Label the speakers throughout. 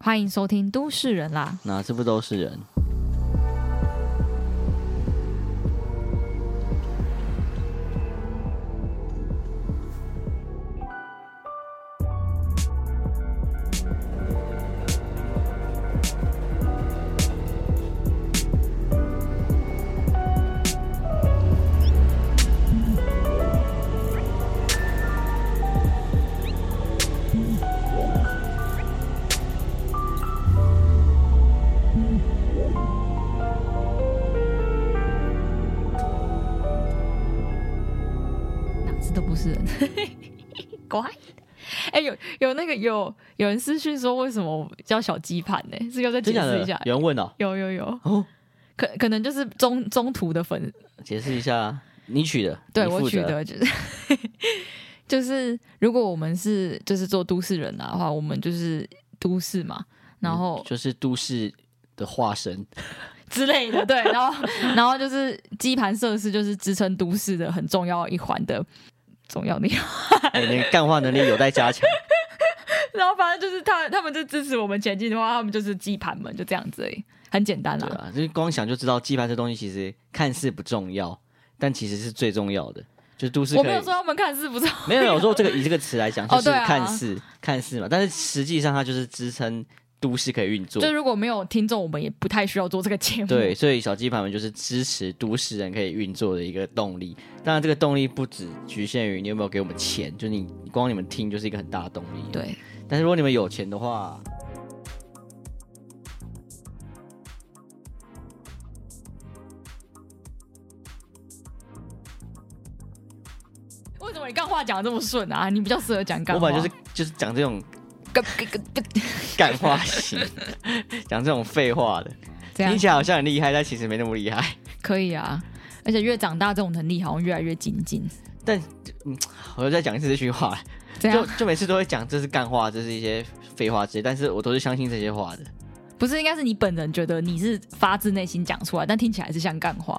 Speaker 1: 欢迎收听《都市人》啦。
Speaker 2: 哪次不都是人？
Speaker 1: 哪次都不是 人，乖。哎、有有那个有有人私讯说为什么我叫小鸡盘呢？这个再解
Speaker 2: 真假
Speaker 1: 释
Speaker 2: 的
Speaker 1: 一下？。
Speaker 2: 有人问哦，
Speaker 1: 有有有，
Speaker 2: 哦，
Speaker 1: 可可能就是中中途的粉，
Speaker 2: 解释一下，你取的，
Speaker 1: 对
Speaker 2: 你
Speaker 1: 我
Speaker 2: 负
Speaker 1: 取
Speaker 2: 责，
Speaker 1: 得就是 就是，如果我们是就是做都市人啊的话，我们就是都市嘛，然后
Speaker 2: 就是都市的化身，
Speaker 1: 之类的，对，然后 然后就是基盘设施就是支撑都市的很重要一环的重要的一环，
Speaker 2: 哎你的干化能力有待加强。
Speaker 1: 然后反正就是他他们就支持我们前进的话，他们就是基盘们，就这样子而已，很简单
Speaker 2: 对
Speaker 1: 啦。
Speaker 2: 啊，就是光想就知道鸡排这东西其实看似不重要，但其实是最重要的。啊就是都市
Speaker 1: 我
Speaker 2: 可
Speaker 1: 没有
Speaker 2: 以
Speaker 1: 说他们看似不错，
Speaker 2: 没有没有我说这个以这个词来讲，就
Speaker 1: 哦
Speaker 2: 是
Speaker 1: 对啊
Speaker 2: 看似、看似嘛，但是实际上它就是支撑都市可以运作。
Speaker 1: 就如果没有听众，我们也不太需要做这个节目。
Speaker 2: 对，所以小鸡排们就是支持都市人可以运作的一个动力。当然，这个动力不只局限于你有没有给我们钱，就你光你们听就是一个很大的动力。，
Speaker 1: 对，
Speaker 2: 但是如果你们有钱的话，
Speaker 1: 为什么你干话讲的这么顺啊？你比较适合讲干
Speaker 2: 我
Speaker 1: 话，
Speaker 2: 本来就是就是讲这种
Speaker 1: 干干干干
Speaker 2: 干话型，讲这种废话的，
Speaker 1: 这
Speaker 2: 听
Speaker 1: 样
Speaker 2: 起来好像很厉害，但其实没那么厉害。
Speaker 1: 可以啊。而且越长大，这种能力好像越来越精进。
Speaker 2: 我又再讲一次这句话，
Speaker 1: 这样
Speaker 2: 就就每次都会讲这是干话，这是一些废话之类，但是我都是相信这些话的。
Speaker 1: 不是应该是你本人觉得你是发自内心讲出来，但听起来是像干话。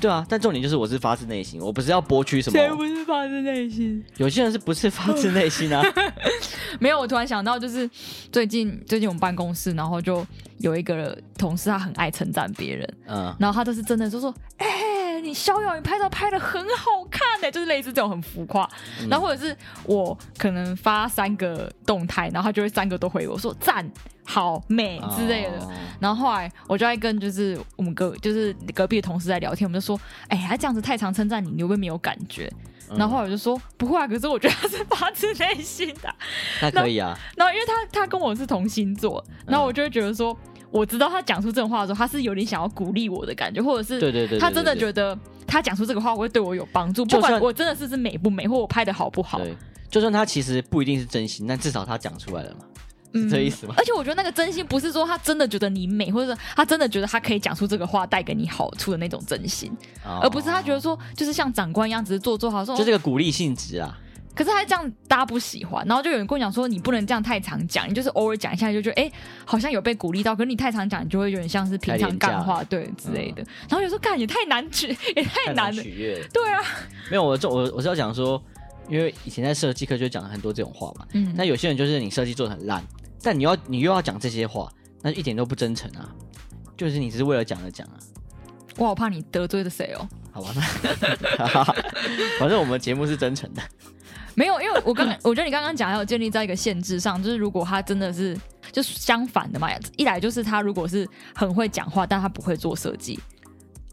Speaker 2: 对啊，但重点就是我是发自内心，我不是要剥取什么。
Speaker 1: 是发自内心？
Speaker 2: 有些人是不是发自内心啊？
Speaker 1: 没有，我突然想到，就是最近最近我们办公室，然后就有一个同事，他很爱称赞别人，
Speaker 2: 嗯，
Speaker 1: 然后他都是真的就说：“哎、你逍遥，你拍照拍的很好看的、就是类似这种很浮夸。然后或者是我可能发三个动态，然后他就会三个都回我说赞、好、美之类的。
Speaker 2: 哦
Speaker 1: 然后后来我就在跟就是我们隔就是隔壁的同事在聊天，我们就说，哎、他这样子太常称赞你，你会不会没有感觉？
Speaker 2: 嗯
Speaker 1: 然后后来我就说不会啊，可是我觉得他是发自内心的。啊
Speaker 2: 那可以啊，
Speaker 1: 然后因为他他跟我是同星座，
Speaker 2: 嗯
Speaker 1: 然后我就会觉得说，我知道他讲出这种话的时候，他是有点想要鼓励我的感觉，或者
Speaker 2: 对对
Speaker 1: 是
Speaker 2: 对对，
Speaker 1: 他真的
Speaker 2: 对
Speaker 1: 觉得他讲出这个话会对我有帮助，
Speaker 2: 就
Speaker 1: 不管
Speaker 2: 算
Speaker 1: 我真的是是美不美，或我拍的好不好
Speaker 2: 对，，就算他其实不一定是真心，但至少他讲出来了嘛，是
Speaker 1: 嗯
Speaker 2: 这意思吗？
Speaker 1: 而且我觉得那个真心不是说他真的觉得你美，或者是他真的觉得他可以讲出这个话带给你好处的那种真心。
Speaker 2: 哦
Speaker 1: 而不是他觉得说就是像长官一样，只是做做好说。哦
Speaker 2: 就这个鼓励性质啊，
Speaker 1: 可是他这样大家不喜欢，然后就有人跟我讲说你不能这样太常讲，你就是偶尔讲一下就觉得哎、诶好像有被鼓励到，可是你太常讲，你就会有点像是平常干话对之类的。然后有时候干也太难取，也太难了。
Speaker 2: 取悦了。
Speaker 1: 对啊，
Speaker 2: 没有，我就我我是要讲说，因为以前在设计课就讲很多这种话嘛。
Speaker 1: 嗯
Speaker 2: 那有些人就是你设计做的很烂，但你要你又要讲这些话，那一点都不真诚啊，就是你只是为了讲而讲啊。
Speaker 1: 我好怕你得罪了谁哦。
Speaker 2: 好吧， 那反正我们节目是真诚的。
Speaker 1: 没有，因为我刚刚我觉得你刚刚讲还有建立在一个限制上，就是如果他真的是就是相反的嘛，一来就是他如果是很会讲话，但他不会做设计，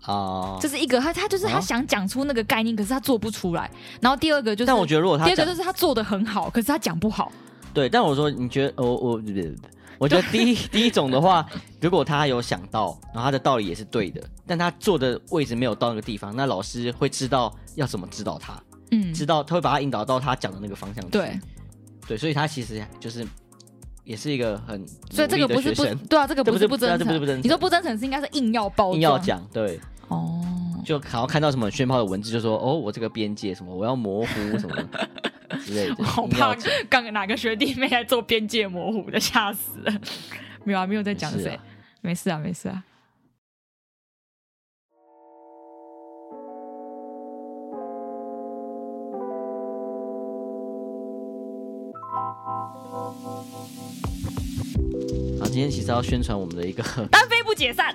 Speaker 2: 哦，
Speaker 1: 这是一个他他就是
Speaker 2: 啊
Speaker 1: 他想讲出那个概念，可是他做不出来。然后第二个就是，
Speaker 2: 但我觉得如果他
Speaker 1: 第二个
Speaker 2: 讲
Speaker 1: 就是他做的很好，可是他讲不好。
Speaker 2: 对，但我说你觉得我我不不不我觉得第 一第一种的话，如果他有想到，然后他的道理也是对的，但他坐的位置没有到那个地方，那老师会知道要怎么指导他，
Speaker 1: 嗯，
Speaker 2: 知道他会把他引导到他讲的那个方向去。
Speaker 1: 对，
Speaker 2: 对，所以他其实就是也是一个很
Speaker 1: 所以这个
Speaker 2: 努力的
Speaker 1: 不是
Speaker 2: 学
Speaker 1: 不
Speaker 2: 生
Speaker 1: 对啊，这个
Speaker 2: 这
Speaker 1: 不
Speaker 2: 不
Speaker 1: 是
Speaker 2: 是
Speaker 1: 不
Speaker 2: 对啊
Speaker 1: 真
Speaker 2: 这不是不真
Speaker 1: 诚。
Speaker 2: 诚
Speaker 1: 你说不真诚是应该是硬要包
Speaker 2: 硬要
Speaker 1: 装
Speaker 2: 讲，对，
Speaker 1: 哦。
Speaker 2: 就好像看到什么很炫炮的文字，就说哦，我这个边界什么，我要模糊什么 的之类的，
Speaker 1: 好
Speaker 2: 硬要
Speaker 1: 怕
Speaker 2: 讲
Speaker 1: 刚哪个学弟妹在做边界模糊的，吓死了。没有啊，没有在讲
Speaker 2: 是
Speaker 1: 谁
Speaker 2: 啊，
Speaker 1: 没事啊，没事啊。
Speaker 2: 啊，今天其实要宣传我们的一个
Speaker 1: 单飞不解散。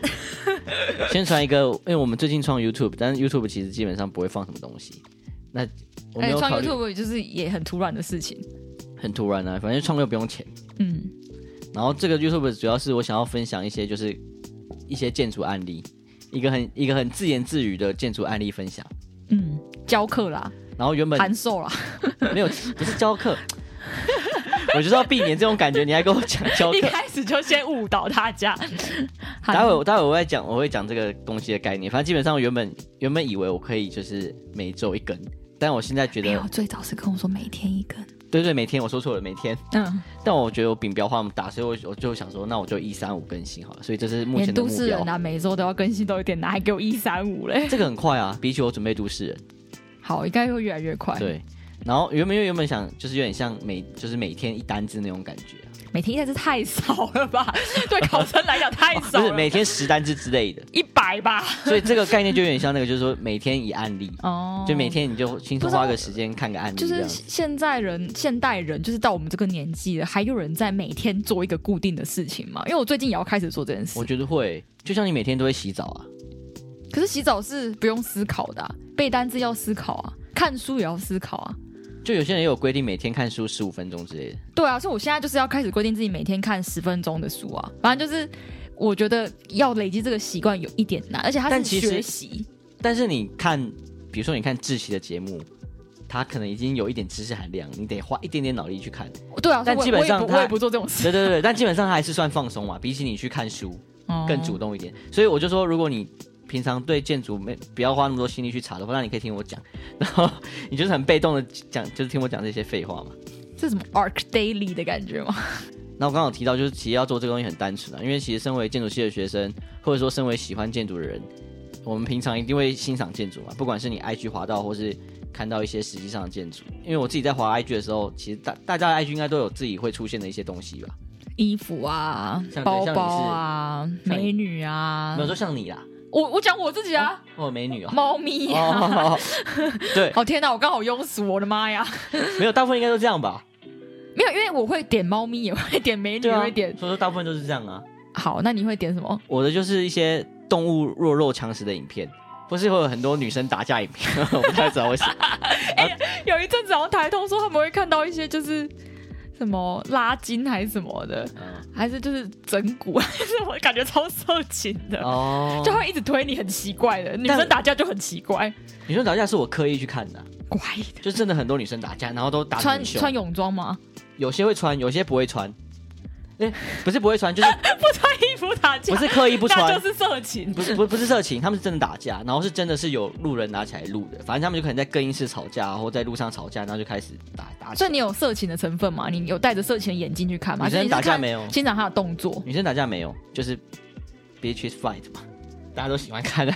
Speaker 2: 宣传一个，因为我们最近创 YouTube，但是 YouTube 其实基本上不会放什么东西。那我没
Speaker 1: 哎，
Speaker 2: 有
Speaker 1: 创
Speaker 2: 考虑，
Speaker 1: YouTube 就是也很突然的事情。
Speaker 2: 很突然啊，反正创又不用钱。
Speaker 1: 嗯，
Speaker 2: 然后这个 YouTube 主要是我想要分享一些就是一些建筑案例，一个很一个很自言自语的建筑案例分享。
Speaker 1: 嗯，教课啦，
Speaker 2: 然后原本
Speaker 1: 函授啦，
Speaker 2: 没有，不是教课， 我就是要避免这种感觉，你还跟我讲教
Speaker 1: 一
Speaker 2: 课。
Speaker 1: 开始就先误导大 家。
Speaker 2: 待会待会我会讲，我会讲这个东西的概念。反正基本上原本原本以为我可以就是每周一根，但我现在觉
Speaker 1: 没有
Speaker 2: 得，
Speaker 1: 哎最早是跟我说每天一根。
Speaker 2: 对对，每天我说错了，每天。
Speaker 1: 嗯，
Speaker 2: 但我觉得我饼标画那么大，所以我我就想说，那我就一三五更新好了。所以这是目
Speaker 1: 连
Speaker 2: 前的
Speaker 1: 都
Speaker 2: 目
Speaker 1: 市人
Speaker 2: 标。
Speaker 1: 啊，每周都要更新都有点难，还给我一三五嘞。
Speaker 2: 这个很快啊，比起我准备都市人。
Speaker 1: 好，应该会越来越快。，
Speaker 2: 对，然后原本因为原本想就是有点像每就是每天一单字那种感觉啊、
Speaker 1: 每天一单是太少了吧？ 对考生来讲太少
Speaker 2: 哦不是
Speaker 1: 了，
Speaker 2: 每天十单字之 类的。
Speaker 1: 一百吧。
Speaker 2: 所以这个概念就有点像那个，就是说每天一案例，
Speaker 1: 哦
Speaker 2: 就每天你就轻松花个时间看个案例
Speaker 1: 就
Speaker 2: 这
Speaker 1: 是
Speaker 2: 样子。
Speaker 1: 现在人，现代人就是到我们这个年纪了，还有人在每天做一个固定的事情吗？因为我最近也要开始做这件事
Speaker 2: 我，觉得会，就像你每天都会洗澡啊，
Speaker 1: 可是洗澡是不用思考的啊、背单词要思考啊，看书也要思考啊。
Speaker 2: 就有些人也有规定每天看书十五分钟之类的。
Speaker 1: 对啊，所以我现在就是要开始规定自己每天看十分钟的书啊。反正就是，我觉得要累积这个习惯有一点难，而且它
Speaker 2: 但
Speaker 1: 是
Speaker 2: 其实
Speaker 1: 学习。
Speaker 2: 但是你看，比如说你看志奇的节目，他可能已经有一点知识含量，你得花一点点脑力去看。
Speaker 1: 对啊，
Speaker 2: 但
Speaker 1: 所以
Speaker 2: 基本
Speaker 1: 我也
Speaker 2: 上
Speaker 1: 不
Speaker 2: 它
Speaker 1: 我也不做这种事，
Speaker 2: 对对对，但基本上还是算放松嘛，比起你去看书更主
Speaker 1: 哦。
Speaker 2: 动一点。所以我就说，如果你平常对建筑没不要花那么多心力去查的话，那你可以听我讲，然后你就是很被动的讲，就是听我讲这些废话嘛。
Speaker 1: 这是什么 Arc Daily 的感觉吗？
Speaker 2: 那我刚刚有提到，就是其实要做这个东西很单纯啊，因为其实身为建筑系的学生，或者说身为喜欢建筑的人，我们平常一定会欣赏建筑嘛，不管是你 IG 滑到，或是看到一些实际上的建筑。因为我自己在滑 IG 的时候，其实大大家的 IG 应该都有自己会出现的一些东西吧，
Speaker 1: 衣服啊
Speaker 2: 像，
Speaker 1: 包包啊，
Speaker 2: 像你
Speaker 1: 美女啊
Speaker 2: 比如，说像你啦，
Speaker 1: 我我讲我自己啊，
Speaker 2: 哦，美女哦。
Speaker 1: 猫咪啊。
Speaker 2: 哦，对，
Speaker 1: 哦天哪，我刚好庸俗，我的妈呀！
Speaker 2: 没有，大部分应该都这样吧？
Speaker 1: 没有，因为我会点猫咪，也会点美女，
Speaker 2: 对
Speaker 1: 也
Speaker 2: 啊，
Speaker 1: 会点。
Speaker 2: 所以说大部分都是这样啊。
Speaker 1: 好，那你会点什么？
Speaker 2: 我的就是一些动物弱肉强食的影片，或是会有很多女生打架影片， 我不太知道为什么。
Speaker 1: 有一阵子好像台通说他们会看到一些就是什么拉筋还是什么的，
Speaker 2: 嗯
Speaker 1: 还是就是整骨， 还是我感觉超色情的，
Speaker 2: 哦
Speaker 1: 就会一直推你很奇怪的，女
Speaker 2: 但
Speaker 1: 生打架就很奇怪，
Speaker 2: 女生打架是我刻意去看的啊、
Speaker 1: 怪的。
Speaker 2: 就真的很多女生打架，然后都打得
Speaker 1: 穿
Speaker 2: 很凶
Speaker 1: 穿泳装吗？
Speaker 2: 有些会穿，有些不会穿。哎、不是不会 穿，就是
Speaker 1: 不穿 衣服打架，
Speaker 2: 不是刻意不
Speaker 1: 那
Speaker 2: 穿
Speaker 1: 就，是色情。
Speaker 2: 不是不不是色情，他们是真的打架，然后是真的是有路人拿起来录的，反正他们就可能在更衣室吵架，或在路上吵架，然后就开始打打起
Speaker 1: 所
Speaker 2: 来
Speaker 1: 以。你有色情的成分吗？你有戴着色情的眼镜去看吗？
Speaker 2: 女生
Speaker 1: 还是你是
Speaker 2: 打架
Speaker 1: 看
Speaker 2: 没有
Speaker 1: 欣赏他的动作。
Speaker 2: 女生打架没有，就是 bitch is fight 嘛，大家都喜欢看的。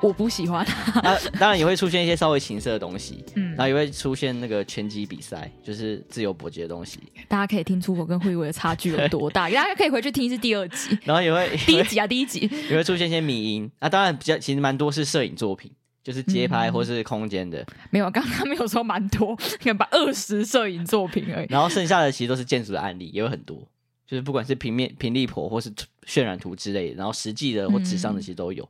Speaker 1: 我不喜欢。
Speaker 2: 啊，当然也会出现一些稍微情色的东西，
Speaker 1: 嗯
Speaker 2: 然，后也会出现那个拳击比赛，就是自由搏击的东西，
Speaker 1: 大家可以听出我跟慧伟的差距有多大，大家可以回去听一次第二 集、
Speaker 2: 然后 也会
Speaker 1: 第一集啊，第一集。
Speaker 2: 也会出现一些迷音啊，当然比较其实蛮多是摄影作品，就是街拍或是空间的，
Speaker 1: 没有，刚刚他没有说蛮多，可能把二十摄影作品而已。
Speaker 2: 然后剩下的其实都是建筑的案例，也有很多，就是不管是平面平立婆或是渲染图之类的，然后实际的或纸上的其实都有。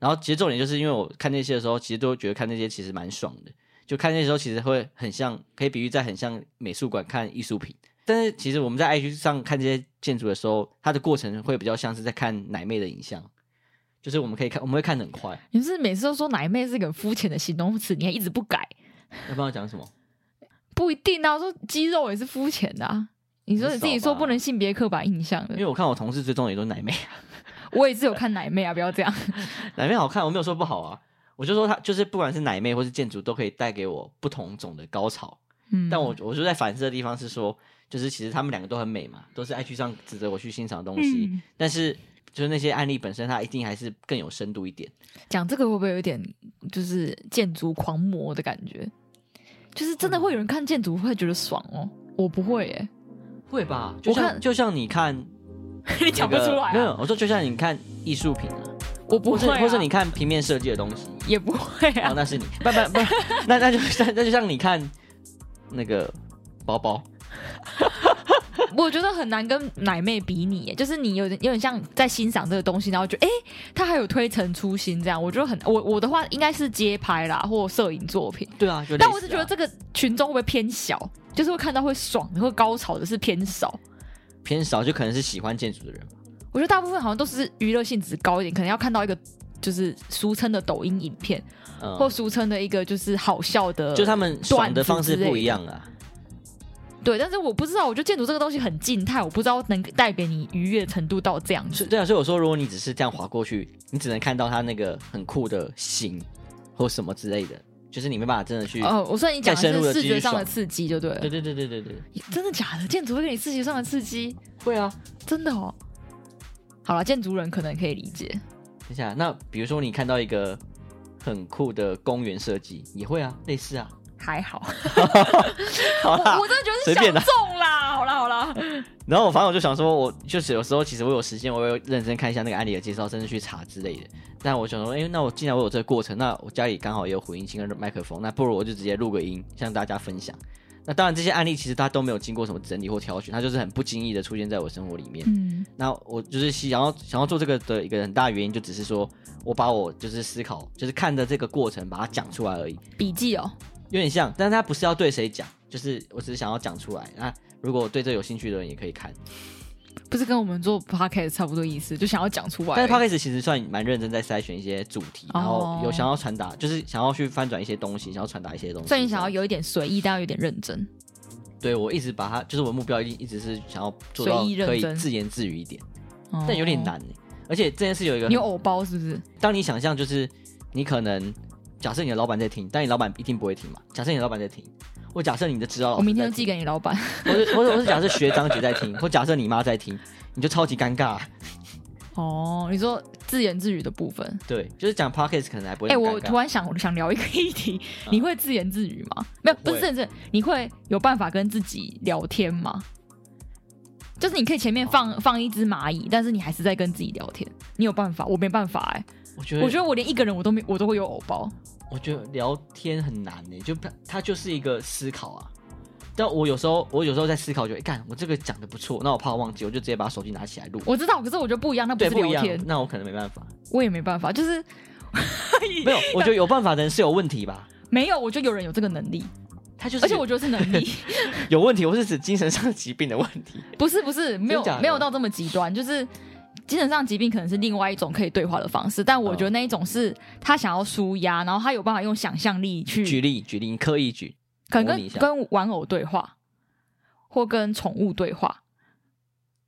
Speaker 2: 然后其实重点就是因为我看那些的时候，其实都觉得看那些其实蛮爽的，就看那些时候其实会很像，可以比喻在很像美术馆看艺术品。但是其实我们在 IG 上看这些建筑的时候，它的过程会比较像是在看奶妹的影像，就是我们可以看，我们会看得很快。
Speaker 1: 你是每次都说奶妹是一个很肤浅的形容词，你还一直不改，
Speaker 2: 要不然我讲什么？
Speaker 1: 不一定啊。说肌肉也是肤浅的啊。你说你自己说不能性别刻板印象的
Speaker 2: 因为，我看我同事最终也都是奶妹，
Speaker 1: 我也是有看奶妹啊，不要这样。
Speaker 2: 奶妹好看，我没有说不好啊，我就说她就是不管是奶妹或是建筑，都可以带给我不同种的高潮。
Speaker 1: 嗯，
Speaker 2: 但我我就在反思的地方是说，就是其实他们两个都很美嘛，都是 IG 上值得我去欣赏的东西。
Speaker 1: 嗯
Speaker 2: 但是就是那些案例本身，它一定还是更有深度一点。
Speaker 1: 讲这个会不会有点就是建筑狂魔的感觉？就是真的会有人看建筑会觉得爽哦，我不会耶、
Speaker 2: 会吧？
Speaker 1: 我
Speaker 2: 就像
Speaker 1: 看
Speaker 2: 就像你 看、
Speaker 1: 你
Speaker 2: 那
Speaker 1: 讲不
Speaker 2: 个
Speaker 1: 出来、
Speaker 2: 没
Speaker 1: 啊，
Speaker 2: 有，我说就像你看艺术品啊，
Speaker 1: 我不
Speaker 2: 或
Speaker 1: 会、
Speaker 2: 是
Speaker 1: 啊，
Speaker 2: 或是你看平面设计的东西，
Speaker 1: 也不会
Speaker 2: 哦，
Speaker 1: 啊，
Speaker 2: 那是你，不不 不，那那就那那就像你看那个包包，
Speaker 1: 我觉得很难跟奶妹比拟耶，就是你有点有点像在欣赏这个东西，然后觉得哎，他还有推陈出新这样，我觉得很我我的话应该是街拍啦或摄影作品，
Speaker 2: 对啊，就类似啊
Speaker 1: 但我是觉得这个群众会不会偏小，就是会看到会爽会高潮的是偏少。
Speaker 2: 偏少，就可能是喜欢建筑的人吧。
Speaker 1: 我觉得大部分好像都是娱乐性质高一点，可能要看到一个就是俗称的抖音影片，
Speaker 2: 嗯，
Speaker 1: 或俗称的一个就是好笑的，
Speaker 2: 就他们爽的方式不一样啊。
Speaker 1: 对。但是我不知道，我觉得建筑这个东西很静态，我不知道能带给你愉悦的程度到这样
Speaker 2: 是
Speaker 1: 子。
Speaker 2: 对啊，所以我说，如果你只是这样划过去，你只能看到他那个很酷的形或什么之类的，就是你没办法真的去。
Speaker 1: 哦，我说你讲
Speaker 2: 再深入
Speaker 1: 是
Speaker 2: 地
Speaker 1: 视觉上的
Speaker 2: 继续
Speaker 1: 刺
Speaker 2: 爽
Speaker 1: 激，就对了
Speaker 2: 对。对对对对对，
Speaker 1: 真的假的？建筑会给你视觉上的刺激？
Speaker 2: 会啊。
Speaker 1: 真的哦。好了，建筑人可能可以理解。
Speaker 2: 等一下，那比如说你看到一个很酷的公园设计，也会啊，类似啊。
Speaker 1: 还 好，
Speaker 2: 好
Speaker 1: 我
Speaker 2: 啦，
Speaker 1: 我真的觉得是
Speaker 2: 随便
Speaker 1: 小
Speaker 2: 啦
Speaker 1: 众 啦。好啦好啦，
Speaker 2: 然后我反正我就想说，我就是有时候其实我有时间，我会认真看一下那个案例的介绍，甚至去查之类的。但我想说，哎、那我既然我有这个过程，那我家里刚好也有混音器跟麦克风，那不如我就直接录个音向大家分享。那当然，这些案例其实它都没有经过什么整理或挑选，它就是很不经意的出现在我生活里面。
Speaker 1: 嗯，
Speaker 2: 那我就是想要想要做这个的一个很大原因，就只是说我把我就是思考，就是看的这个过程，把它讲出来而已。
Speaker 1: 笔记哦，
Speaker 2: 有点像，但是他不是要对谁讲，就是我只是想要讲出来。那如果对这有兴趣的人也可以看，
Speaker 1: 不是跟我们做 podcast 差不多意思，就想要讲出来。
Speaker 2: 但是 p o d c a s 其实算蛮认真在筛选一些主题，然后
Speaker 1: 哦
Speaker 2: 有想要传达，就是想要去翻转一些东西，想要传达一些东西。
Speaker 1: 所以你想要有一点随意，但要有点认真。
Speaker 2: 对我一直把它，就是我的目标一一直是想要做到
Speaker 1: 随意认
Speaker 2: 可以
Speaker 1: 真
Speaker 2: 自言自语一点，
Speaker 1: 哦
Speaker 2: 但有点。难、欸。而且这件事有一个
Speaker 1: 你有偶包是不是？
Speaker 2: 当你想象就是你可能假设你的老板在听，但你老板一定不会听嘛。假设你的老板在听，或假设你的指导老师
Speaker 1: 我明天
Speaker 2: 在
Speaker 1: 就寄
Speaker 2: 听
Speaker 1: 给你老板。
Speaker 2: 我是我是我是假设学长姐在 听，或假设你妈在听，你就超级尴尬。
Speaker 1: 哦，你说自言自语的部分。
Speaker 2: 对，就是讲 podcast 可能还不会
Speaker 1: 哎、
Speaker 2: 那么
Speaker 1: 我
Speaker 2: 尴尬。啊
Speaker 1: 突然想想聊一个议题，你会自言自语吗？没有，不是
Speaker 2: 会
Speaker 1: 自言自语，你会有办法跟自己聊天吗？就是你可以前面
Speaker 2: 哦
Speaker 1: 放、放一只蚂蚁，但是你还是在跟自己聊天，你有办法，我没办法哎、
Speaker 2: 我觉得
Speaker 1: 我觉得我连一个人我都没，我都会有偶包。
Speaker 2: 我觉得聊天很难呢、就它它就是一个思考啊。但我有时候我有时候在思考，就哎干、我这个讲的不错，那我怕我忘记，我就直接把手机拿起来录。
Speaker 1: 我知道，可是我觉得不一样，那不
Speaker 2: 对，
Speaker 1: 是
Speaker 2: 不一
Speaker 1: 聊
Speaker 2: 样
Speaker 1: 天，，
Speaker 2: 那我可能没办法。
Speaker 1: 我也没办法，就是
Speaker 2: 没有，我觉得有办法的人是有问题吧？
Speaker 1: 没有，我觉得有人有这个能力，
Speaker 2: 他就是
Speaker 1: 而且我觉得是能力，
Speaker 2: 有问题，我是指精神上疾病的问题。
Speaker 1: 不是不是，没有
Speaker 2: 真假的
Speaker 1: 没有到这么极端，就是精神上疾病可能是另外一种可以对话的方式，但我觉得那一种是他想要舒压，然后他有办法用想象力
Speaker 2: 举
Speaker 1: 去，
Speaker 2: 例举例，你刻意举，
Speaker 1: 可能
Speaker 2: 模拟一
Speaker 1: 跟
Speaker 2: 下
Speaker 1: 跟玩偶对话，或跟宠物对话。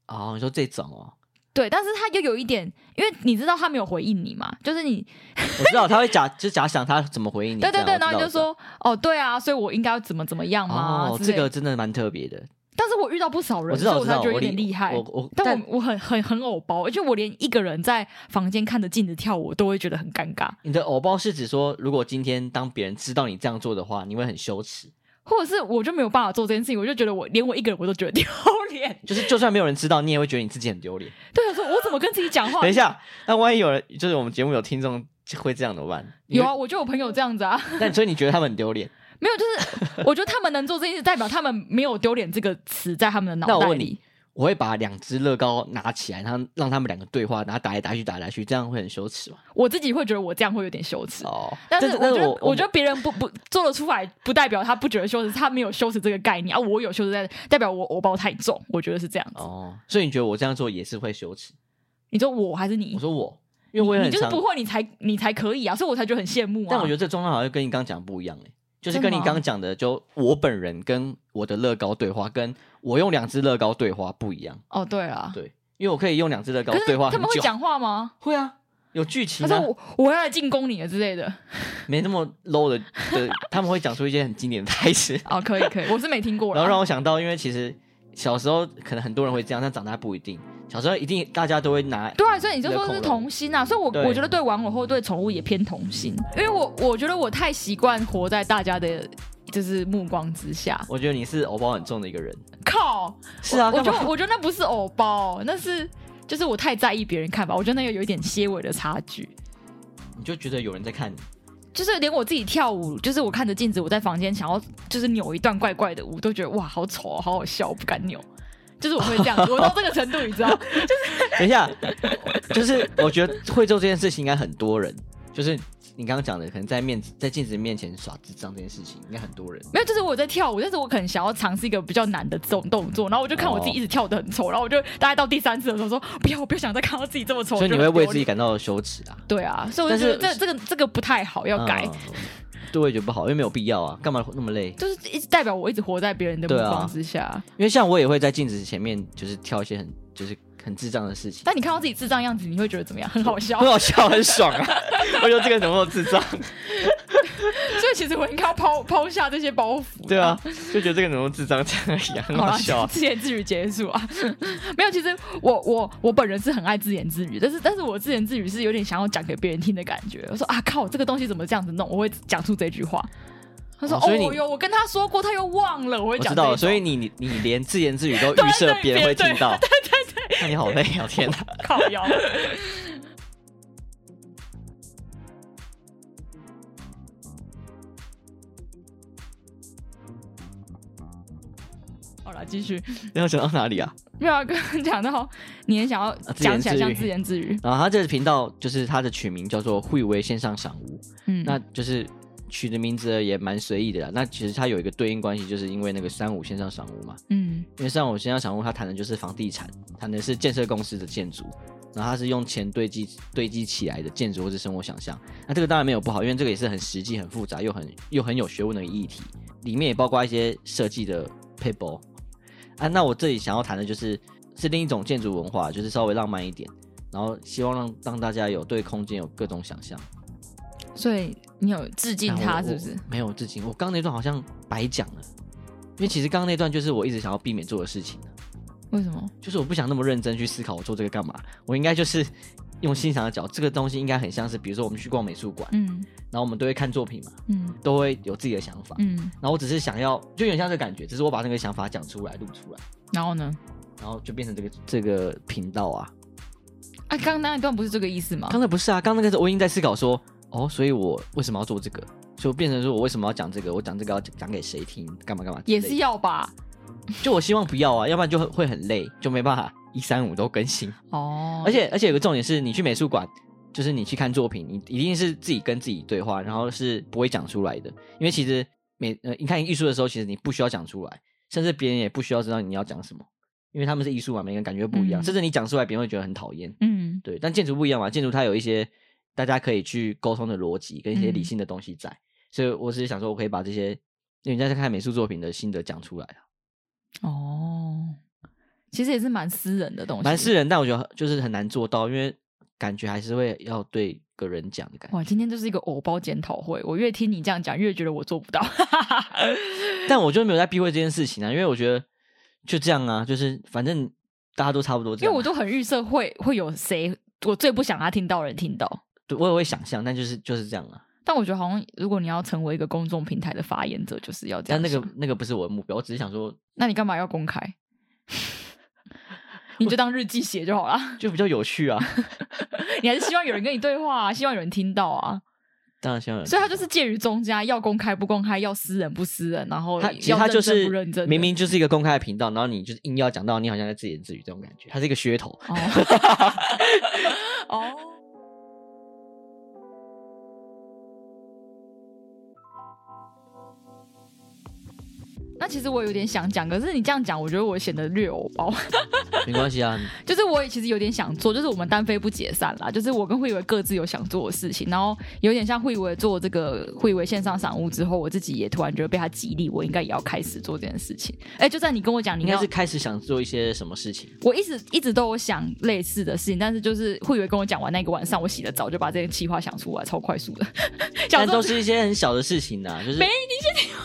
Speaker 2: 哦，你说这种哦，
Speaker 1: 对，但是他又有一点，因为你知道他没有回应你嘛，就是你
Speaker 2: 我知道他会假， 就假想他怎么回应你。
Speaker 1: 对对
Speaker 2: 这
Speaker 1: 对，
Speaker 2: 样
Speaker 1: 然后你就，说哦，对啊，所以我应该要怎么怎么样
Speaker 2: 我知
Speaker 1: 嘛
Speaker 2: 道我
Speaker 1: 之
Speaker 2: 知
Speaker 1: 类
Speaker 2: 道哦，这
Speaker 1: 的
Speaker 2: 个真的蛮特别的。
Speaker 1: 但是我遇到不少人，
Speaker 2: 我知道，
Speaker 1: 所以
Speaker 2: 知
Speaker 1: 才
Speaker 2: 道，
Speaker 1: 觉得有
Speaker 2: 我理
Speaker 1: 点厉害
Speaker 2: 我。我，
Speaker 1: 但我我很很很偶包，而且我连一个人在房间看着镜子跳舞，我都会觉得很尴尬。
Speaker 2: 你的偶包是指说，如果今天当别人知道你这样做的话，你会很羞耻。
Speaker 1: 或者是我就没有办法做这件事情，我就觉得我连我一个人我都觉得丢脸。
Speaker 2: 就是就算没有人知道，你也会觉得你自己很丢脸。
Speaker 1: 对啊，说我怎么跟自己讲话
Speaker 2: 等一？下，那万一有人就是我们节目有听众会这样怎么办？
Speaker 1: 有啊，我就有朋友这样子啊，
Speaker 2: 你会，但所以你觉得他们很丢脸？
Speaker 1: 没有，就是我觉得他们能做这件事，代表他们没有“丢脸”这个词在他们的
Speaker 2: 那
Speaker 1: 脑
Speaker 2: 我
Speaker 1: 袋
Speaker 2: 问
Speaker 1: 里。
Speaker 2: 我会把两只乐高拿起来，然后让他们两个对话，然后打来打去，打来打去，这样会很羞耻吗？
Speaker 1: 我自己会觉得我这样会有点羞耻，
Speaker 2: 哦，
Speaker 1: 但是我觉得，我觉
Speaker 2: 就
Speaker 1: 得别人不不做得出来，不代表他不觉得羞耻，他没有羞耻这个概念啊。我有羞耻在，代表我偶包太重，我觉得是这样子。
Speaker 2: 哦，所以你觉得我这样做也是会羞耻？
Speaker 1: 你说我还是
Speaker 2: 我
Speaker 1: 你？
Speaker 2: 说我，因为我也
Speaker 1: 你
Speaker 2: 很
Speaker 1: 就是
Speaker 2: 常
Speaker 1: 不会，你才你才可以啊，所以我才觉得很羡慕啊。
Speaker 2: 但我觉得这状况好像跟你刚讲不一样哎、就是
Speaker 1: 真
Speaker 2: 跟
Speaker 1: 的
Speaker 2: 你
Speaker 1: 吗
Speaker 2: 刚讲的，就我本人跟我的乐高对话，跟我用两只乐高对话不一样。
Speaker 1: 哦，对啊，
Speaker 2: 对，因为我可以用两只乐高
Speaker 1: 可是
Speaker 2: 对话
Speaker 1: 他
Speaker 2: 很
Speaker 1: 们 会
Speaker 2: 久。
Speaker 1: 讲话吗？
Speaker 2: 会啊，有剧情
Speaker 1: 他说
Speaker 2: 啊，
Speaker 1: 我我要来进攻你了之类的。
Speaker 2: 没那么 low 的，对，他们会讲出一些很经典的台 词，
Speaker 1: 哦，可以可以，我是没听过啦。
Speaker 2: 然后让我想到，因为其实小时候可能很多人会这样，但长大不一定。小时候一定大家都会拿，
Speaker 1: 对啊，所以你就说
Speaker 2: 你
Speaker 1: 是
Speaker 2: 的恐龙
Speaker 1: 童心啊，所以我
Speaker 2: 对
Speaker 1: 我觉得对玩偶或对宠物也偏童心，因为我我觉得我太习惯活在大家的就是目光之下。
Speaker 2: 我觉得你是偶包很重的一个人。
Speaker 1: 靠，
Speaker 2: 是啊，
Speaker 1: 我
Speaker 2: 干
Speaker 1: 觉
Speaker 2: 嘛？
Speaker 1: 得我觉得那不是偶包，哦那是就是我太在意别人看法，我觉得那个有一点些微的差距。
Speaker 2: 你就觉得有人在看你，
Speaker 1: 就是连我自己跳舞，就是我看着镜子，我在房间想要就是扭一段怪怪的舞，都觉得哇好丑哦，好好笑，我不敢扭。就是我会这样子，我到这个程度，你知道？
Speaker 2: 等一下，就是我觉得会做这件事情应该很多人，就是你刚刚讲的，可能在面子在镜子面前耍智障这件事情，应该很多人。
Speaker 1: 没有，就是我在跳舞，但是我可能想要尝试一个比较难的这种动作，然后我就看我自己一直跳的很丑，然后我就大概到第三次的时候说，不要，我不要想再看到自己这么丑，
Speaker 2: 所以
Speaker 1: 我就
Speaker 2: 你会
Speaker 1: 很
Speaker 2: 为
Speaker 1: 丢
Speaker 2: 自己
Speaker 1: 脸
Speaker 2: 感到羞耻啊？
Speaker 1: 对啊，所以我就觉得
Speaker 2: 但
Speaker 1: 这
Speaker 2: 是
Speaker 1: 这个这个不太好，要改，
Speaker 2: 嗯对我也觉得不好，因为没有必要啊，干嘛那么累？
Speaker 1: 就是一直代表我一直活在别人的目
Speaker 2: 对啊
Speaker 1: 光之下。
Speaker 2: 因为像我也会在镜子前面，就是挑一些很就是很智障的事情，
Speaker 1: 但你看到自己智障样子，你会觉得怎么样？很好笑
Speaker 2: 很。好笑，很爽啊！ 我觉得这个怎么那么智障？
Speaker 1: 所以其实我应该要抛抛下这些包袱。
Speaker 2: 对啊，就觉得这个怎么那么智障这样一样，很
Speaker 1: 好
Speaker 2: 好
Speaker 1: 啦
Speaker 2: 笑啊。
Speaker 1: 自言自语结束啊。 没有，其实我我我本人是很爱自言自语，但是但是我自言自语是有点想要讲给别人听的感觉。我说啊靠，这个东西怎么这样子弄？我会讲出这句话。他说
Speaker 2: 哦
Speaker 1: 哦
Speaker 2: 所以你
Speaker 1: 我有我跟他说过，他又忘了，我会
Speaker 2: 我
Speaker 1: 讲这
Speaker 2: 知
Speaker 1: 一
Speaker 2: 道
Speaker 1: 种。
Speaker 2: 了，所以你你你连自言自语都
Speaker 1: 对
Speaker 2: 预设
Speaker 1: 对
Speaker 2: 别人
Speaker 1: 别
Speaker 2: 会听
Speaker 1: 对
Speaker 2: 到，对对对，那你好累啊！天哪，
Speaker 1: 靠腰。 好了，继续。
Speaker 2: 然后讲到哪里啊？
Speaker 1: 没有啊，刚刚讲到你很想要
Speaker 2: 自
Speaker 1: 讲
Speaker 2: 言
Speaker 1: 起来
Speaker 2: 自
Speaker 1: 像
Speaker 2: 语
Speaker 1: 自言自语，
Speaker 2: 然后他这个频道就是他的取名叫做“惠威线上赏屋”，
Speaker 1: 嗯，
Speaker 2: 那就是取的名字也蛮随意的啦。那其实它有一个对应关系，就是因为那个三五线上赏屋嘛，
Speaker 1: 嗯
Speaker 2: 因为三五线上赏屋它谈的就是房地产，谈的是建设公司的建筑，然后它是用钱堆积堆积起来的建筑或是生活想象。那这个当然没有不好，因为这个也是很实际、很复杂又很又很有学问的一个议题，里面也包括一些设计的 paper 啊。那我这里想要谈的就是是另一种建筑文化，就是稍微浪漫一点。然后希望让让大家有对空间有各种想象，
Speaker 1: 所以你有致敬
Speaker 2: 但
Speaker 1: 他
Speaker 2: 我
Speaker 1: 是不是
Speaker 2: 我？没有致敬，我刚刚那段好像白讲了，因为其实刚刚那段就是我一直想要避免做的事情，
Speaker 1: 为什么？
Speaker 2: 就是我不想那么认真去思考我做这个干嘛，我应该就是用欣赏的角，这个东西应该很像是，比如说我们去逛美术馆，
Speaker 1: 嗯
Speaker 2: 然后我们都会看作品嘛，
Speaker 1: 嗯
Speaker 2: 都会有自己的想法，
Speaker 1: 嗯，
Speaker 2: 然后我只是想要，就有点像这个感觉，只是我把那个想法讲出来、录出来，
Speaker 1: 然后呢？
Speaker 2: 然后就变成这个这个频道啊。
Speaker 1: 啊，刚刚那一段不是这个意思吗？
Speaker 2: 刚才不是啊，刚刚那个是我已经在思考说，哦，所以我为什么要做这个？就变成说我为什么要讲这个？我讲这个要讲给谁听？干嘛干嘛？
Speaker 1: 也是，要吧？
Speaker 2: 就我希望不要啊，要不然就会会很累，就没办法一三五都更新。
Speaker 1: 哦，
Speaker 2: 而且而且有个重点是，你去美术馆，就是你去看作品，你一定是自己跟自己对话，然后是不会讲出来的，因为其实美呃，你看艺术的时候，其实你不需要讲出来，甚至别人也不需要知道你要讲什么，因为他们是艺术嘛，每个人感觉不一
Speaker 1: 嗯
Speaker 2: 样，甚至你讲出来，别人会觉得很讨厌。
Speaker 1: 嗯
Speaker 2: 对，但建筑不一样嘛，建筑它有一些大家可以去沟通的逻辑跟一些理
Speaker 1: 嗯
Speaker 2: 性的东西在，所以我只是想说，我可以把这些因为人家在看美术作品的心得讲出来啊，
Speaker 1: 哦，其实也是蛮私人的东西，
Speaker 2: 蛮私人，但我觉得就是很难做到，因为感觉还是会要对个人讲的感觉。
Speaker 1: 哇，今天就是一个偶包检讨会。我越听你这样讲，越觉得我做不到。
Speaker 2: 但我就没有在避讳这件事情啊，因为我觉得就这样啊，就是反正大家都差不多这
Speaker 1: 因为
Speaker 2: 样啊，
Speaker 1: 我都很预设会会有谁，我最不想他听到的人听到。
Speaker 2: 对我也会想象，但就是就是这样啊。
Speaker 1: 但我觉得好像，如果你要成为一个公众平台的发言者，就是要这
Speaker 2: 但
Speaker 1: 样想。
Speaker 2: 那个那个不是我的目标，我只是想说，
Speaker 1: 那你干嘛要公开？ 你就当日记写就好 啦。
Speaker 2: 就比较有趣 啊。
Speaker 1: 你还是希望有人跟你对话、啊，希望有人听到啊。
Speaker 2: 当然希望有人
Speaker 1: 所以他就是介于中间，啊要公开不公开，要私人不私人，然后
Speaker 2: 他其实
Speaker 1: 要
Speaker 2: 他就
Speaker 1: 认真
Speaker 2: 是
Speaker 1: 不认真的。
Speaker 2: 明明就是一个公开的频道，然后你就是硬要讲到你好像在自言自语这种感觉，它是一个噱 头。
Speaker 1: 哦哦，那其实我有点想讲，可是你这样讲，我觉得我显得略欧包。
Speaker 2: 没关系啊，
Speaker 1: 就是我也其实有点想做，就是我们单飞不解散啦。就是我跟慧伟各自有想做的事情，然后有点像慧伟做这个慧伟线上赏物之后，我自己也突然觉得被他激励，我应该也要开始做这件事情。哎，就在你跟我讲，你
Speaker 2: 应该
Speaker 1: 要
Speaker 2: 是开始想做一些什么事情。
Speaker 1: 我一直一直都有想类似的事情，但是就是慧伟跟我讲完那个晚上，我洗了澡就把这个计划想出来，超快速的。 想
Speaker 2: 但
Speaker 1: 说
Speaker 2: 都是一些很小的事情呐、就 是
Speaker 1: 没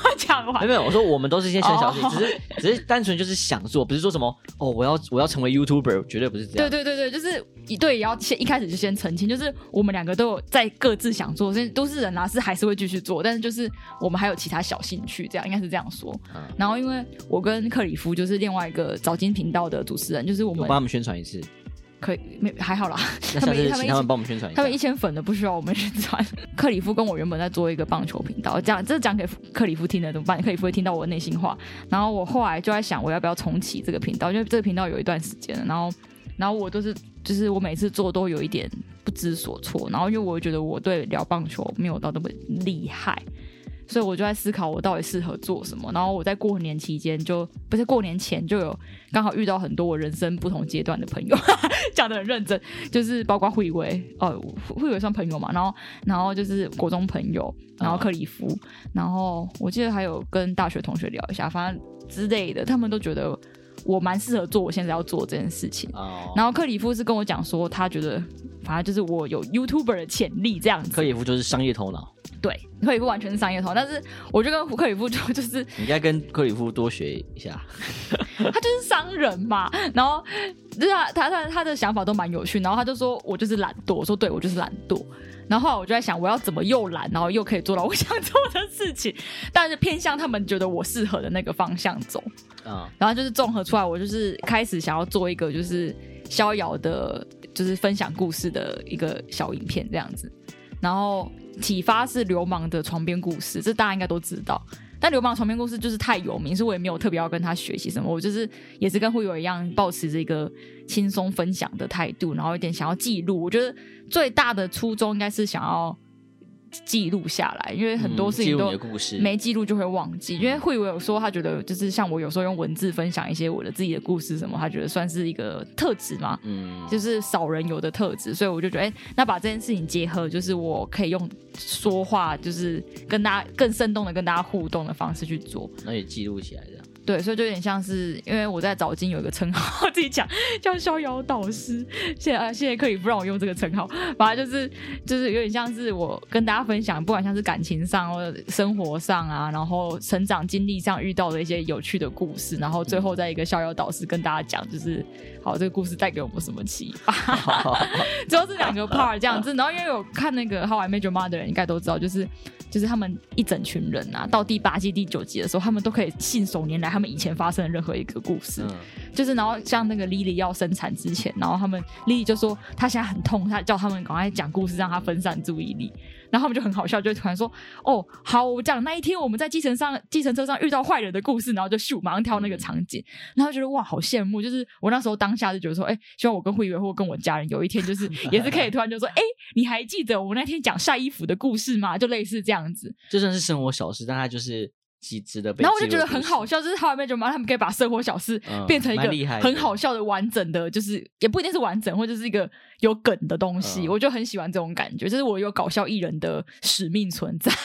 Speaker 1: 我讲完，
Speaker 2: 没有，我说我们都是一些小小事情，
Speaker 1: 哦
Speaker 2: 只是只是单纯就是想做，不是说什么哦，我要我要成为 YouTuber，绝对不是这
Speaker 1: 对
Speaker 2: 样。
Speaker 1: 对对对，就是一对也要先一开始就先澄清，就是我们两个都有在各自想做，所以都是人啦、是还是会继续做，但是就是我们还有其他小兴趣，这样应该是这样说。
Speaker 2: 嗯
Speaker 1: 然后因为我跟克里夫就是另外一个早金频道的主持人，就是我
Speaker 2: 我
Speaker 1: 们
Speaker 2: 帮他们宣传一次，
Speaker 1: 可以没还好啦。
Speaker 2: 那
Speaker 1: 他
Speaker 2: 下
Speaker 1: 们
Speaker 2: 次
Speaker 1: 他们
Speaker 2: 请
Speaker 1: 一起
Speaker 2: 他们帮我们宣传一
Speaker 1: 他
Speaker 2: 下
Speaker 1: 们一。千粉的不需要我们宣传。 克里夫跟我原本在做一个棒球频道，讲这讲给克里夫听的怎么办？克里夫会听到我的内心话。然后我后来就在想，我要不要重启这个频道？因为这个频道有一段时间了，然后然后我都是就是我每次做都有一点不知所措，然后因为我觉得我对聊棒球没有到那么厉害。所以我就在思考我到底适合做什么。然后我在过年期间就不是过年前就有刚好遇到很多我人生不同阶段的朋友，讲的很认真，就是包括慧薇哦，慧慧薇算朋友嘛，然后然后就是国中朋友，然后克里夫，然后我记得还有跟大学同学聊一下，反正之类的，他们都觉得我蛮适合做我现在要做这件事情。
Speaker 2: 哦，
Speaker 1: 然后克里夫是跟我讲说，他觉得反正就是我有 YouTuber 的潜力这样子。
Speaker 2: 克里夫就是商业头脑，
Speaker 1: 对，克里夫完全是商业头，但是我就跟胡克里夫就就是
Speaker 2: 你应该跟克里夫多学一下。
Speaker 1: 他就是商人嘛，然后就是他他他他的想法都蛮有趣，然后他就说我就是懒惰，我说对我就是懒惰，然后后来我就在想我要怎么又懒，然后又可以做到我想做的事情，但是偏向他们觉得我适合的那个方向走，
Speaker 2: 嗯，
Speaker 1: 然后就是综合出来，我就是开始想要做一个就是逍遥的，就是分享故事的一个小影片这样子。然后启发是《流氓的床边故事》，这大家应该都知道。但《流氓的床边故事》就是太有名，所以我也没有特别要跟他学习什么。我就是也是跟会友一样，保持着一个轻松分享的态度，然后有点想要记录。我觉得最大的初衷应该是想要记录下来，因为很多
Speaker 2: 嗯
Speaker 1: 事
Speaker 2: 记
Speaker 1: 情
Speaker 2: 录
Speaker 1: 都、
Speaker 2: 你的故事，
Speaker 1: 没记录就会忘记，因为慧伟有说他觉得就是像我有时候用文字分享一些我的自己的故事什么，他觉得算是一个特质嘛，
Speaker 2: 嗯，
Speaker 1: 就是少人有的特质，所以我就觉得，哎、那把这件事情结合，就是我可以用说话，就是跟大家更生动的跟大家互动的方式去做，
Speaker 2: 那也记录起来这 样。
Speaker 1: 对，所以就有点像是，因为我在早金有一个称号， 自己讲叫逍遥导师，谢谢啊，谢谢克里夫让我用这个称号，反正就是就是有点像是我跟大家分享，不管像是感情上、或者生活上啊，然后成长经历上遇到的一些有趣的故事，然后最后在一个逍遥导师跟大家讲，就是好这个故事带给我们什么启发，主要是两个 part 这样子。然后因为有看那个《How I Met Your Mother》的人应该都知道，就是就是他们一整群人啊，到第八季、第九集的时候，他们都可以信手拈来他们以前发生的任何一个故事。
Speaker 2: 嗯，
Speaker 1: 就是然后像那个 Lily 要生产之前，然后他们 Lily 就说她现在很痛，她叫他们赶快讲故事，让她分散注意力。然后他们就很好笑，就突然说：“哦，好，我讲那一天我们在计程上计程车上遇到坏人的故事。”然后就咻，马上跳那个场景，然后觉得哇，好羡慕。就是我那时候当下就觉得说，哎、希望我跟慧媛或跟我家人有一天就是也是可以突然就说，哎、你还记得我们那天讲晒衣服的故事吗？就类似这样子。
Speaker 2: 这算是生活小事，但它就是极值得被。
Speaker 1: 然后我就觉得很好，笑，就是《How I Met Your Mother》他们可以把生活小事
Speaker 2: 嗯
Speaker 1: 变成一
Speaker 2: 蛮厉害
Speaker 1: 个
Speaker 2: 的
Speaker 1: 很好笑的、完整的，就是也不一定是完整，或者是一个有梗的东西。
Speaker 2: 嗯
Speaker 1: 我就很喜欢这种感觉，就是我有搞笑艺人的使命存在。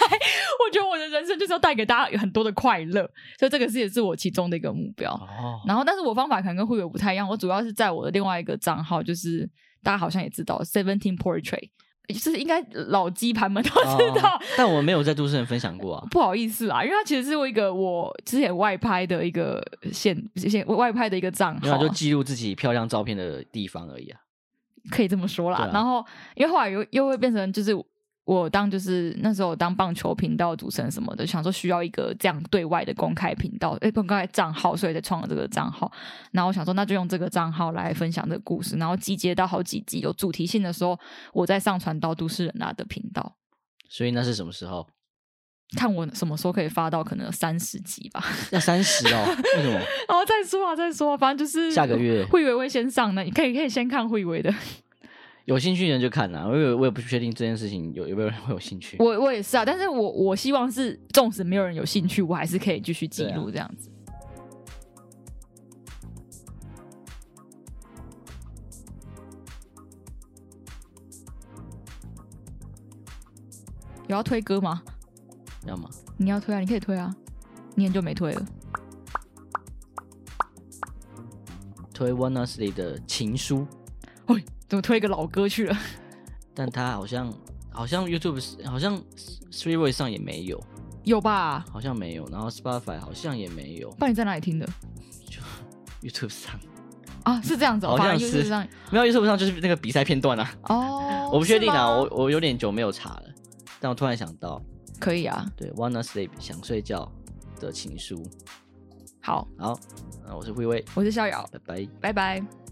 Speaker 1: 我觉得我的人生就是要带给大家很多的快乐，所以这个是也是我其中的一个目标。
Speaker 2: 哦，
Speaker 1: 然后，但是我方法可能跟会友不太一样，我主要是在我的另外一个账号，就是大家好像也知道 Seventeen Portrait，就是应该老鸡盘们都知道。
Speaker 2: 哦但我没有在都市人分享过啊。
Speaker 1: 不好意思啊，因为它其实是我一个我之前外拍的一个现现外拍的一个账
Speaker 2: 没有
Speaker 1: 号
Speaker 2: 啊，，就记录自己漂亮照片的地方而已啊。
Speaker 1: 可以这么说啦。
Speaker 2: 对啊
Speaker 1: 然后因为后来又又会变成就是我当就是那时候当棒球频道主持人什么的，想说需要一个这样对外的公开频道，哎、公开账号，所以才创了这个账号。然后我想说那就用这个账号来分享这个故事，然后集结到好几集有主题性的时候，我再上传到都市人啊的频道。
Speaker 2: 所以那是什么时候？
Speaker 1: 看我什么时候可以发到，可能三十集吧。
Speaker 2: 要三十哦？ 为什么？
Speaker 1: 然后再说啊，再说啊，反正就是
Speaker 2: 下个月
Speaker 1: 慧伟会先上的，你可以可以先看慧 伟的。
Speaker 2: 有兴趣的人就看啦、因为我也不确定这件事情有有没有人会有兴趣。
Speaker 1: 我我也是啊，但是我我希望是，纵使没有人有兴趣，我还是可以继续记
Speaker 2: 啊
Speaker 1: 录这样子。有要推歌吗？
Speaker 2: 知道吗？
Speaker 1: 你要推啊，你可以推啊，你很久没推了。
Speaker 2: 推 One n i g h 的情书，
Speaker 1: 喂，怎么推一个老歌去了？
Speaker 2: 但他好像好像 YouTube 是好像 Three Way 上也没有，
Speaker 1: 有吧？
Speaker 2: 好像没有，然后 Spotify 好像也没有
Speaker 1: 不然你在哪里听的
Speaker 2: ，YouTube 上
Speaker 1: 啊？是这样子、哦，
Speaker 2: 好像
Speaker 1: 反而就是这样
Speaker 2: 没有 YouTube 上就是那个比赛片段啊，
Speaker 1: 哦。
Speaker 2: 我不确定
Speaker 1: 是
Speaker 2: 啊，
Speaker 1: 吗
Speaker 2: 我我有点久没有查了，但我突然想到，
Speaker 1: 可以啊。
Speaker 2: 对 One n i g h 想睡觉的情书，
Speaker 1: 好，
Speaker 2: 好，那我是慧慧，
Speaker 1: 我是逍遥，
Speaker 2: 拜拜。
Speaker 1: 拜拜。